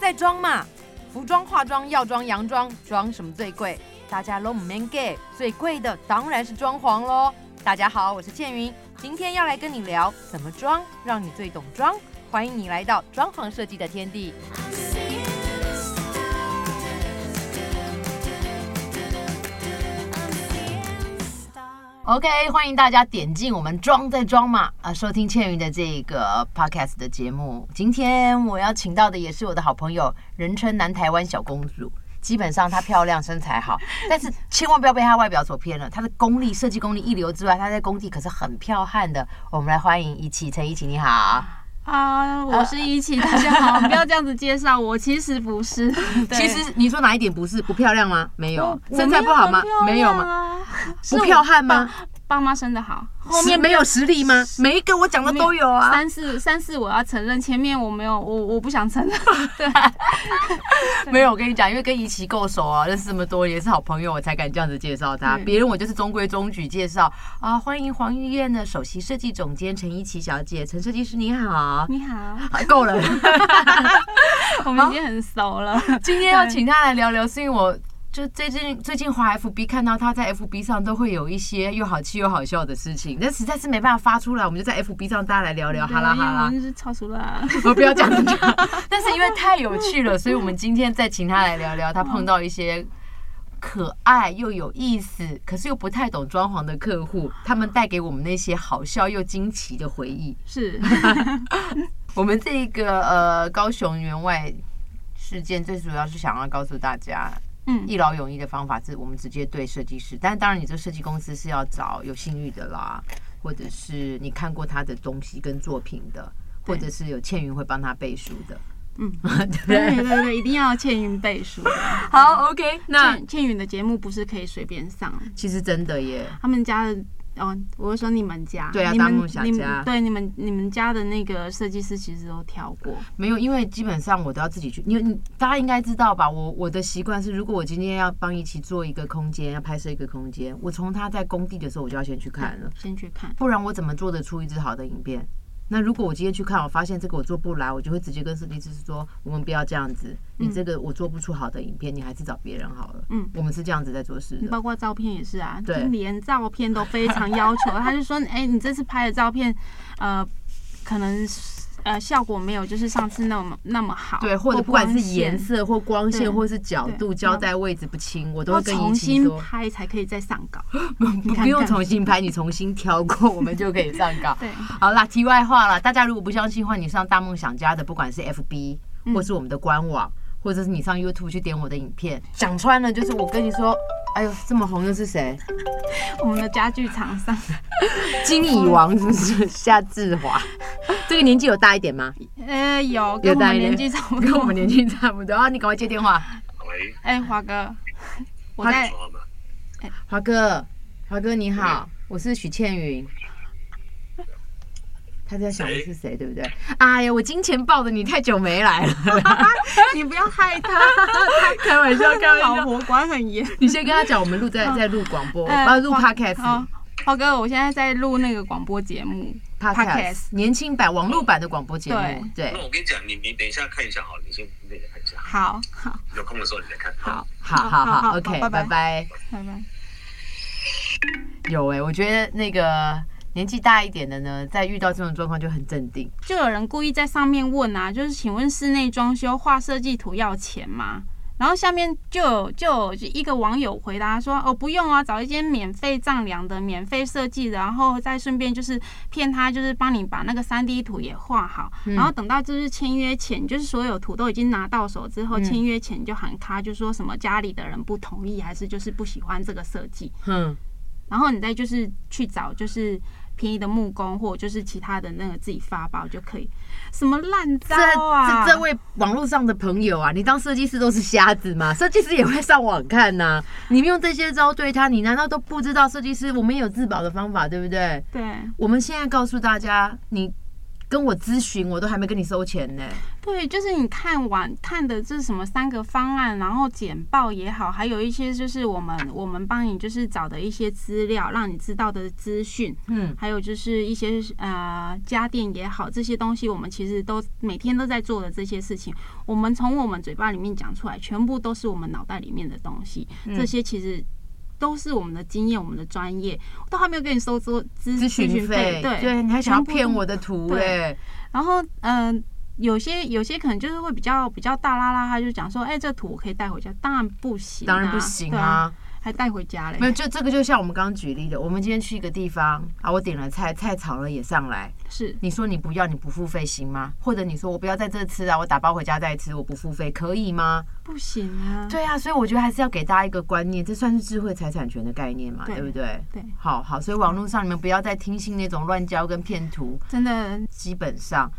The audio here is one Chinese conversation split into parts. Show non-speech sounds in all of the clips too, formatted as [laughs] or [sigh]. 在装嘛。服装、化妆、药妆、洋装，装什么最贵？大家都唔 man gay，最贵的当然是装潢喽。大家好，我是倩云，今天要来跟你聊怎么装，让你最懂装。欢迎你来到装潢设计的天地。OK，欢迎大家点进我们“装在装嘛”啊、收听倩云的这个 podcast 的节目。今天我要请到的也是我的好朋友，人称南台湾小公主。基本上她漂亮，身材 [laughs] 好，但是千万不要被她外表所骗了。她的功力、设计功力一流之外，她在工地可是很彪悍的。我们来欢迎一起陈一起，你好。啊，呃我是一起，大家好，不要这样子介绍我，其实 [laughs] 不是，对其实你说哪一点不是不漂亮吗？没有我，身材不好吗？没有啊吗？吗？不彪悍吗？爸啊妈生的好，后实面没有实力吗？每一个我讲的都有啊。三四三四，我要承认，前面我没有，我我不想承 [laughs] 认。对，啊没有，我跟你讲，因为跟怡琪够熟啊，认识这么多也是好朋友，我才敢这样子介绍她。嗯别人我就是中规中矩介绍啊。欢迎黄玉燕的首席设计总监陈怡琪小姐，陈设计师你好。你好，好够了，我们已经很熟了。今天要请她来聊聊，是因为我。就最近最近滑 FB 看到她在 FB 上都会有一些又好气又好笑的事情，但实在是没办法发出来，我们就在 FB 上大家来聊嗯聊，哈啦哈对因为我啦。们是超熟啊 [laughs] 了。我哦不要这样讲，但是因为太有趣了，所以我们今天再请他来聊聊他碰到一些可爱又有意思，可是又不太懂装潢的客户，他们带给我们那些好笑又惊奇的回忆。 [laughs] 是，我们这一个呃高雄员外事件，最主要是想要告诉大家，嗯，一劳永逸的方法是我们直接对设计师，但当然你这设计公司是要找有信誉的啦，或者是你看过他的东西跟作品的，对或者是有倩云会帮他背书的，嗯对不对对？对对，一定要倩云背书的。好，OK，那倩倩云的节目不是可以随便上，其实真的耶，他们家的。哦，我是说你们家，对啊你大们木侠你们家对你们你们家的那个设计师其实都挑过，没有，因为基本上我都要自己去，你你大家应该知道吧？我我的习惯是，如果我今天要帮一起做一个空间，要拍摄一个空间，我从他在工地的时候我就要先去看了。先去看。不然我怎么做得出一支好的影片？那如果我今天去看，我发现这个我做不来，我就会直接跟设计师说，我们不要这样子，你这个我做不出好的影片，你还是找别人好了。嗯，我们是这样子在做事的。包括照片也是啊，就对连照片都非常要求。 [laughs] 他就说，哎、你这次拍的照片，呃，可能是呃效果没有就是上次那么那么好，对，或者不管光是线颜，色或光对线，或是角度、对胶带位置不清，我都要会跟怡重琪新说，拍才可以再上稿。不看不用看重新拍，你重新挑过，我们就可以上稿。对，好啦，题外话啦，大家如果不相信的话，你上大梦想家的，不管是 FB 嗯或是我们的官网，或者是你上 YouTube 去点我的影片，讲穿了就是我跟你说，哎呦，这么红又是谁？我们的家具厂商， [laughs] 金蚁王是不是 [laughs] 夏志华？这个年纪有大一点吗？呃，有有跟我大们一点，年纪差不跟我们多。年纪差不多。啊，你赶快接电话，喂，哎，华 [laughs] 哥，我在说嘛？华哥，华哥你好，我是许倩云。他在想我是谁，对不对？哎呀，我金钱豹的你太久没来了， [laughs] 你不要害他， [laughs] 开玩笑，开玩笑呃老。婆管很严。 [laughs] 你先跟他讲，我们录在在录广播，哎要录华好 podcast，podcast，华哥，我现在在录那个广播节目，podcast 年轻版、网络版的广播节目。那对，我跟你讲，你你等一下看一下好了，你先你等一下看一下，好好有空的时候你再看。好，好好好好好，OK，拜拜拜拜。拜拜。有哎，我觉得那个年纪大一点的呢，在遇到这种状况就很镇定。就有人故意在上面问啊，就是请问室内装修画设计图要钱吗？然后下面就有就有一个网友回答说，哦不用啊，找一间免费丈量的、免费设计的，然后再顺便就是骗他，就是帮你把那个三 D 图也画好，然后等到就是签约前，就是所有图都已经拿到手之后，嗯签约前就喊卡，就说什么家里的人不同意，还是就是不喜欢这个设计，哼，然后你再就是去找就是便宜的木工或者就是其他的那个自己发包就可以。什么烂这招啊！这这位网络上的朋友啊，你当设计师都是瞎子吗？设计师也会上网看呐。你们用这些招对他，你难道都不知道设计师我们也有自保的方法，对不对？对我们现在告诉大家，你跟我咨询，我都还没跟你收钱呢。对，就是你看完看的这什么三个方案，然后简报也好，还有一些就是我们我们帮你就是找的一些资料，让你知道的资讯，嗯，还有就是一些呃家电也好，这些东西我们其实都每天都在做的这些事情，我们从我们嘴巴里面讲出来，全部都是我们脑袋里面的东西，嗯这些其实。都是我们的经验，我们的专业，都还没有给你收做嗯咨咨询询费，对对，你还想要全部都骗我的图对哎、然后嗯、呃有些有些可能就是会比较比较大啦啦，他就讲说，哎、这图我可以带回家，当然不行、啊，当然不行对啊。还带回家嘞没，有，就这个就像我们刚刚举例的，我们今天去一个地方啊，我点了菜，菜炒了也上来，是你说你不要，你不付费行吗？或者你说我不要在这吃啊，我打包回家再吃，我不付费可以吗？不行啊，对啊，所以我觉得还是要给大家一个观念，这算是智慧财产权的概念嘛，对对不对？对，好好，所以网络上你们不要再听信那种乱交跟骗图，真的基本上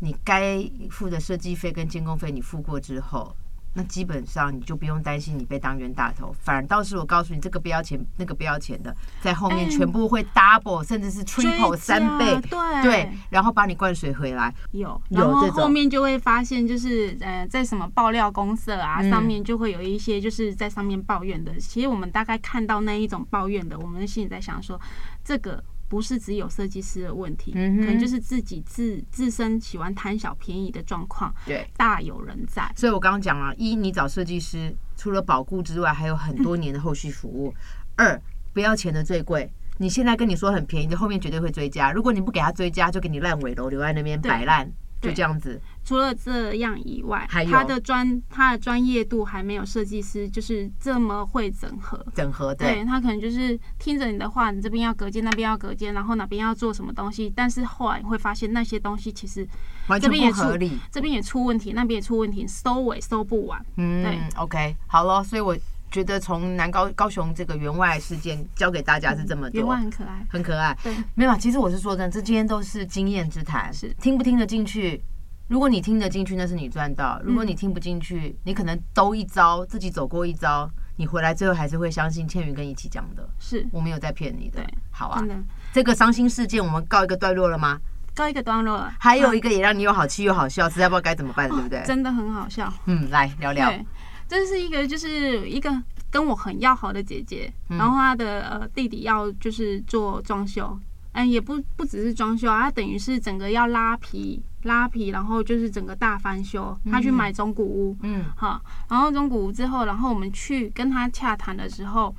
你该付的设计费跟监工费你付过之后，那基本上你就不用担心你被当冤大头，反而倒是我告诉你，这个不要钱，那个不要钱的，在后面哎全部会 double、甚至是 triple 追加三倍，对对，然后把你灌水回来，有，有然后这种后面就会发现就是呃，在什么爆料公社啊、嗯上面就会有一些就是在上面抱怨的，其实我们大概看到那一种抱怨的，我们心里在想说这个。不是只有设计师的问题，嗯哼可能就是自己自自身喜欢贪小便宜的状况对。大有人在。所以我刚刚讲了，一你找设计师，除了保固之外，还有很多年的后续服务；嗯二不要钱的最贵。你现在跟你说很便宜的，后面绝对会追加。如果你不给他追加，就给你烂尾楼留在那边对摆烂，就对这样子。除了这样以外，还有他的专他的专业度还没有设计师就是这么会整合。整合对，对他可能就是听着你的话，你这边要隔间，那边要隔间，然后哪边要做什么东西，但是后来你会发现那些东西其实完这全边也不出合理。这边也出问题，那边也出问题，收尾收不完。嗯对，OK，好咯。所以我觉得从南高高雄这个员外事件教给大家是这么原话多，很可爱，很可爱。对，没有啊，其实我是说真的，这今天都是经验之谈，是听不听得进去。如果你听得进去，那是你赚到；如果你听不进去，你可能兜一招，自己走过一招，你回来最后还是会相信倩云跟一起讲的，是我没有在骗你的对。好啊真，的这个伤心事件我们告一个段落了吗？告一个段落了，还有一个也让你又好气又好笑，实在不知道该怎么办，对不对？真的很好笑。嗯，来聊聊。对，这是一个就是一个跟我很要好的姐姐，然后她的呃弟弟要就是做装修，嗯，也不不只是装修啊，她等于是整个要拉皮拉皮，然后就是整个大翻修，她去买中古屋，嗯，好，然后中古屋之后，然后我们去跟她洽谈的时候，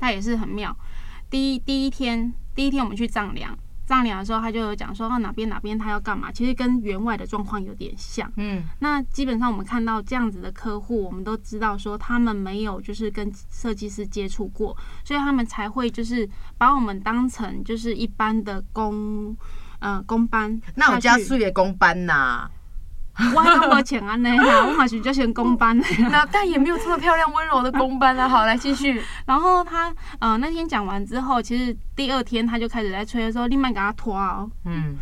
她也是很妙，第一第一天第一天我们去丈量。丈量的时候，她就有讲说，哦哪边哪边她要干嘛，其实跟员外的状况有点像。嗯，那基本上我们看到这样子的客户，我们都知道说他们没有就是跟设计师接触过，所以他们才会就是把我们当成就是一般的工。呃，工班，那我下家去素也公班呐、我还没钱安尼啦，我嘛是就选工班的。 [laughs] 那但也没有这么漂亮温柔的公班啊。好，来继续。然后他，呃，那天讲完之后，其实第二天他就开始在催说，你慢给他拖哦，嗯，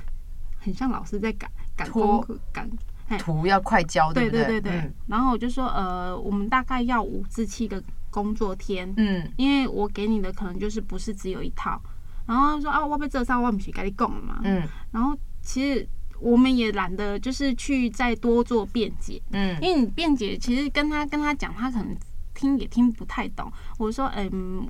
很像老师在赶赶拖功课赶图要快交，对不对对嗯对对。然后我就说，呃，我们大概要五至七个工作天，嗯嗯因为我给你的可能就是不是只有一套。然后他说啊，我被这上我不是跟你讲了嘛。嗯然后其实我们也懒得就是去再多做辩解，嗯因为你辩解其实跟他跟他讲，他可能听也听不太懂。我说嗯，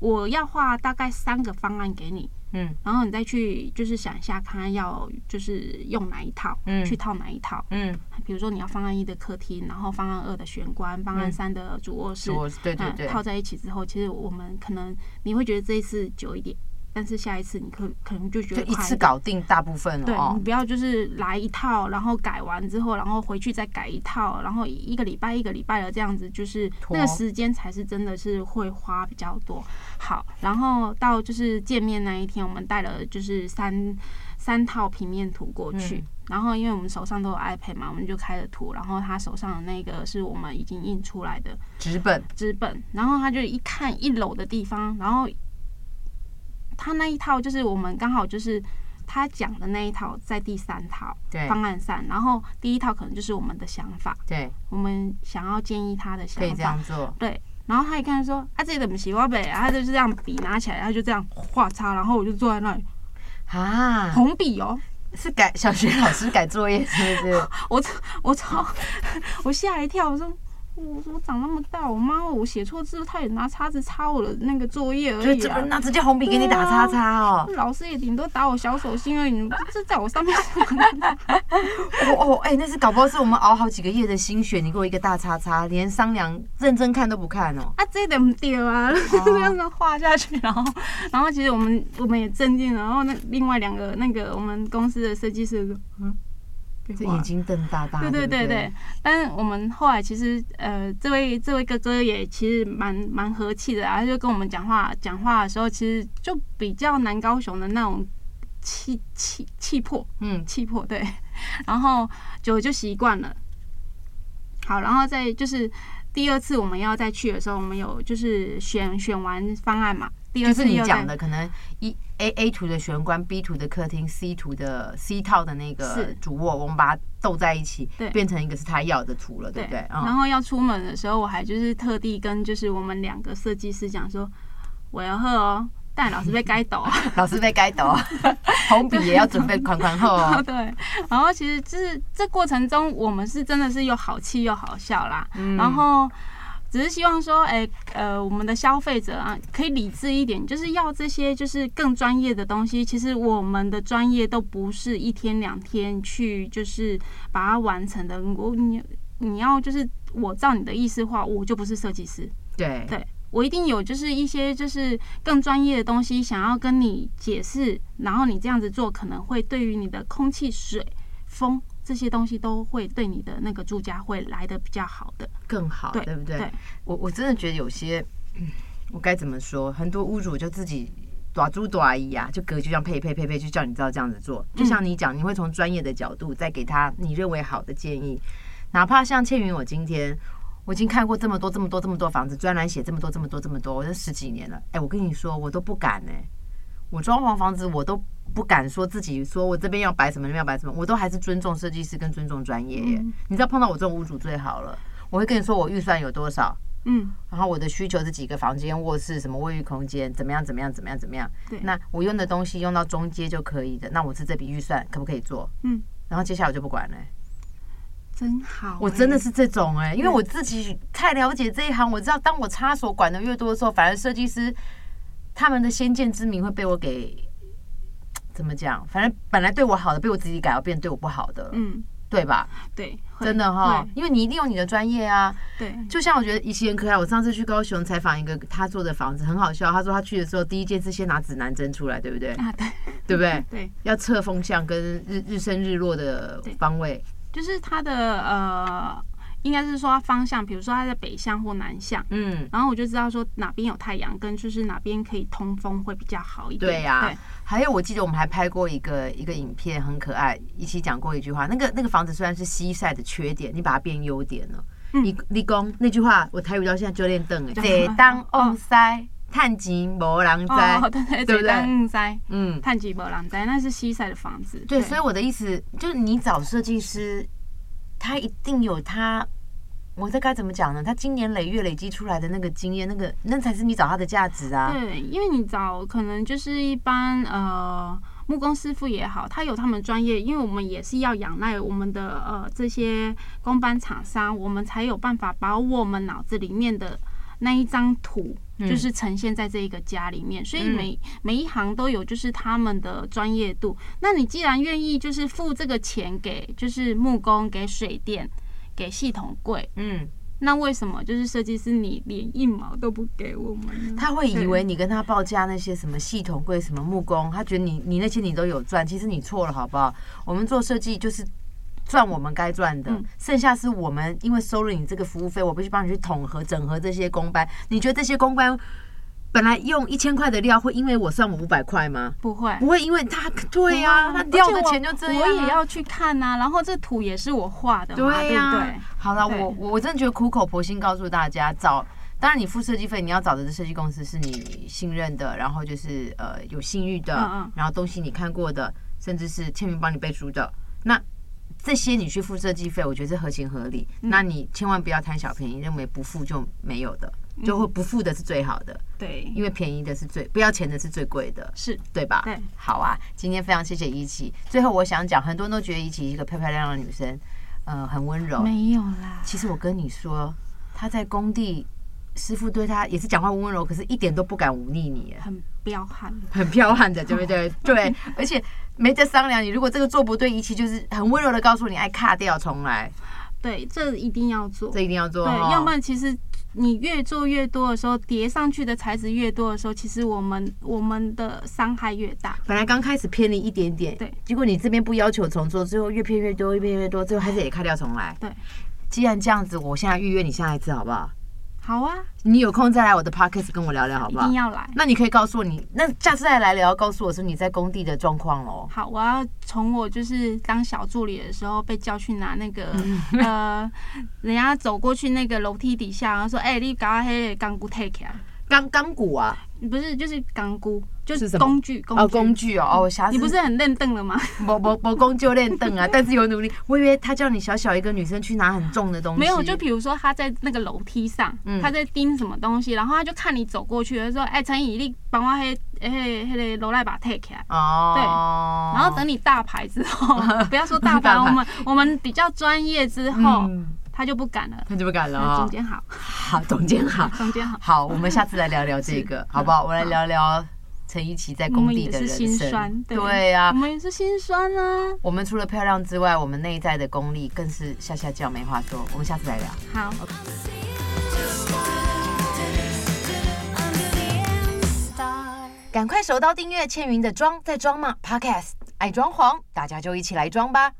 我要画大概三个方案给你，嗯然后你再去就是想一下看看要就是用哪一套，嗯去套哪一套。嗯，比如说你要方案一的客厅，然后方案二的玄关，方案嗯三的主卧室，我对对嗯对，套在一起之后，其实我们可能你会觉得这一次久一点，但是下一次你可可能就觉就得一快次点。搞定大部分了对哦你。不要就是来一套，然后改完之后，然后回去再改一套，然后一个礼拜一个礼拜的这样子，就是拖那个时间才是真的是会花比较多。好，然后到就是见面那一天，我们带了就是三三套平面图过去，嗯然后因为我们手上都有 iPad 嘛，我们就开了图，然后他手上的那个是我们已经印出来的，纸本，纸本，然后他就一看一楼的地方，然后他那一套就是我们刚好就是他讲的那一套在第三套对方案三，然后第一套可能就是我们的想法，对，我们想要建议他的可以想这法，样做。对。然后他一看说啊，这怎么写我呗？他就是这样笔拿起来，他就这样画叉，然后我就坐在那里啊，红笔哦，是改小学老师改作业是不是？我操我操， [laughs] 我吓一跳，我说。我我长那么大，我妈我写错字，她也拿叉子擦我的那个作业而就是已这啊边。拿直接红笔给你打叉叉哦。老师也顶多打我小手心而已，你这在我上面哦哦，哎、那是搞不好是我们熬好几个月的心血，你给我一个大叉叉，连商量认真看都不看哦。啊， [laughs] 这点不对啊， [laughs] 这样子画下去，然后，然后其实我们我们也镇定了，然后那另外两个那个我们公司的设计师说，嗯，别这画眼了。睛瞪大大。对对对不对对，但是我们后来其实，呃，这位这位哥哥也其实蛮蛮和气的啊，他就跟我们讲话讲话的时候，其实就比较南高雄的那种气气气魄，嗯，气魄对， [laughs] 然后就就习惯了。好，然后再就是第二次我们要再去的时候，我们有就是选选完方案嘛，第就二是次你又讲再的，可能一 A A 图的玄关，B 图的客厅，C 图的 C 套的那个是主卧，我们把它斗在一起对，变成一个是他要的图了，对不对？然嗯，后要出门的时候，我还就是特地跟就是我们两个设计师讲说，我要喝哦，但老师被该抖。啊老师被该抖，红笔也要准备款款后哦。 [laughs] 对，然后其实就是这过程中，我们是真的是又好气又好笑啦。然后只是希望说，哎、呃，我们的消费者啊，可以理智一点，就是要这些就是更专业的东西。其实我们的专业都不是一天两天去就是把它完成的。我你你要就是我照你的意思画，我就不是设计师。对，对我一定有就是一些就是更专业的东西想要跟你解释，然后你这样子做可能会对于你的空气、水、风这些东西都会对你的那个住家会来的比较好的。更好，对对不对对？我我真的觉得有些，嗯我该怎么说？很多屋主就自己短猪短姨啊，就格局这样配配配配，就叫你知道这样子做。就像你讲，你会从专业的角度再给他你认为好的建议，哪怕像倩云，我今天。我已经看过这么多、这么多、这么多房子，专栏写这么多、这么多、这么多，我这十几年了。哎，我跟你说，我都不敢哎、我装潢房子，我都不敢说自己说我这边要摆什么，那边要摆什么，我都还是尊重设计师跟尊重专业耶。你知道碰到我这种屋主最好了，我会跟你说我预算有多少，嗯，然后我的需求是几个房间、卧室、什么卫浴空间，怎么样怎么样怎么样怎么样。对那我用的东西用到中阶就可以的，那我是这笔预算可不可以做？嗯，然后接下来我就不管了、哦真好欸、我真的是这种哎、因为我自己太了解这一行，我知道当我插手管的越多的时候，反而设计师他们的先见之明会被我给怎么讲？反正本来对我好的，被我自己改，变对我不好的，嗯，对吧？对，会真的哈会，因为你一定有你的专业啊。对，就像我觉得以前很可爱，我上次去高雄采访一个他做的房子，很好笑。他说他去的时候第一件事先拿指南针出来，对不 [laughs] 对？啊对对不对？对，要测风向跟日日升日落的对方位。就是它的呃，应该是说它方向，比如说它在北向或南向。嗯，然后我就知道说哪边有太阳，跟就是哪边可以通风会比较好一点。对呀、还有我记得我们还拍过一个一个影片，很可爱，一起讲过一句话。那个那个房子虽然是西晒的缺点，你把它变优点了。嗯你你讲那句话，我台语到现在就练凳哎，对这当翁塞，探钱无人知。哦，对对对对，不对当塞。嗯，碳基伯朗灾，那是西晒的房子。对，所以我的意思就是，你找设计师，他一定有他，我这该怎么讲呢？他经年累月累积出来的那个经验，那个那才是你找他的价值啊。对，因为你找可能就是一般呃木工师傅也好，他有他们专业，因为我们也是要仰赖我们的呃这些工班厂商，我们才有办法把我们脑子里面的那一张图。就是呈现在这一个家里面，所以嗯每每一行都有就是他们的专业度。那你既然愿意就是付这个钱给就是木工、给水电、给系统柜，嗯，那为什么就是设计师你连一毛都不给我们呢？他会以为你跟他报价那些什么系统柜、什么木工，他觉得你你那些你都有赚，其实你错了，好不好？我们做设计就是。赚我们该赚的，嗯剩下是我们因为收了你这个服务费，我必须帮你去统合、整合这些工班。你觉得这些工班本来用一千块的料，会因为我算我五百块吗？不会，不会因为他对呀、不会他啊哦掉而的且我钱就这样、我也。要去看呐、然后这图也是我画的嘛，对啊对呀、不对？好了，对我我我真的觉得苦口婆心告诉大家，找当然你付设计费，你要找的设计公司是你信任的，然后就是呃有信誉的，嗯嗯然后东西你看过的，甚至是签名帮你背书的，那这些你去嗯付设计费，我觉得是合情合理。那你千万不要贪小便宜，认为不付就没有的。就会不付的是最好的，对，因为便宜的是最不要钱的是最贵的，是对吧？对，好啊，今天非常谢谢一琪。最后我想讲，很多人都觉得一琪是一个漂漂亮亮的女生，呃，很温柔。没有啦，其实我跟你说，她在工地，师傅对她也是讲话温柔，可是一点都不敢忤逆你耶，很彪悍，很彪悍的，对不 [laughs] 对？对，而且没得商量。你如果这个做不对，一琪就是很温柔的告诉你，哎，卡掉，重来，对，这一定要做，这一定要做。对，哦要不然其实你越做越多的时候，叠上去的材质越多的时候，其实我们我们的伤害越大。本来刚开始偏离一点点，对，结果你这边不要求重做，最后越偏越多，越偏越多，最后还是得卡掉重来。对，既然这样子，我现在预约你下一次好不好？好啊，你有空再来我的 podcast 跟我聊聊好一不好定？要来。那你可以告诉我你，那下次再来聊，告诉我说你在工地的状况哦喽。好，我要从我就是当小助理的时候被叫去拿那个嗯呃， [laughs] 人家走过去那个楼梯底下，然后说：“哎、你搞黑钢骨 take 啊钢钢骨啊，！”不是，就是钢骨，就是什是么工具，工具。嗯哦，工具哦，哦，我下次你不是很认凳了吗？某某某工就练凳 [laughs] 啊，但是有努力。我以为他叫你小小一个女生去拿很重的东西，没有，就比如说他在那个楼梯上，嗯他在盯什么东西，然后他就看你走过去，他说：“哎、陈怡，你帮我黑黑黑个楼赖把 take 起来。”哦，然后等你大牌之 [laughs] 后，不要说大牌，大牌我们我们比较专业之后，嗯他就不敢了。他就不敢了那啊中。间好，好，总监 [laughs] 好，中间好，好，我们下次来聊聊这个，好不好？我来聊聊陈一奇在我工们地也的是人心生酸，。对啊呀、我们也是心酸啊。我们除了漂亮之外，我们内在的功力更是下下叫没话说。我们下次来聊。好。 Under the end star. 赶快手刀订阅倩云的妆在装嘛 Podcast，爱装潢，大家就一起来装吧。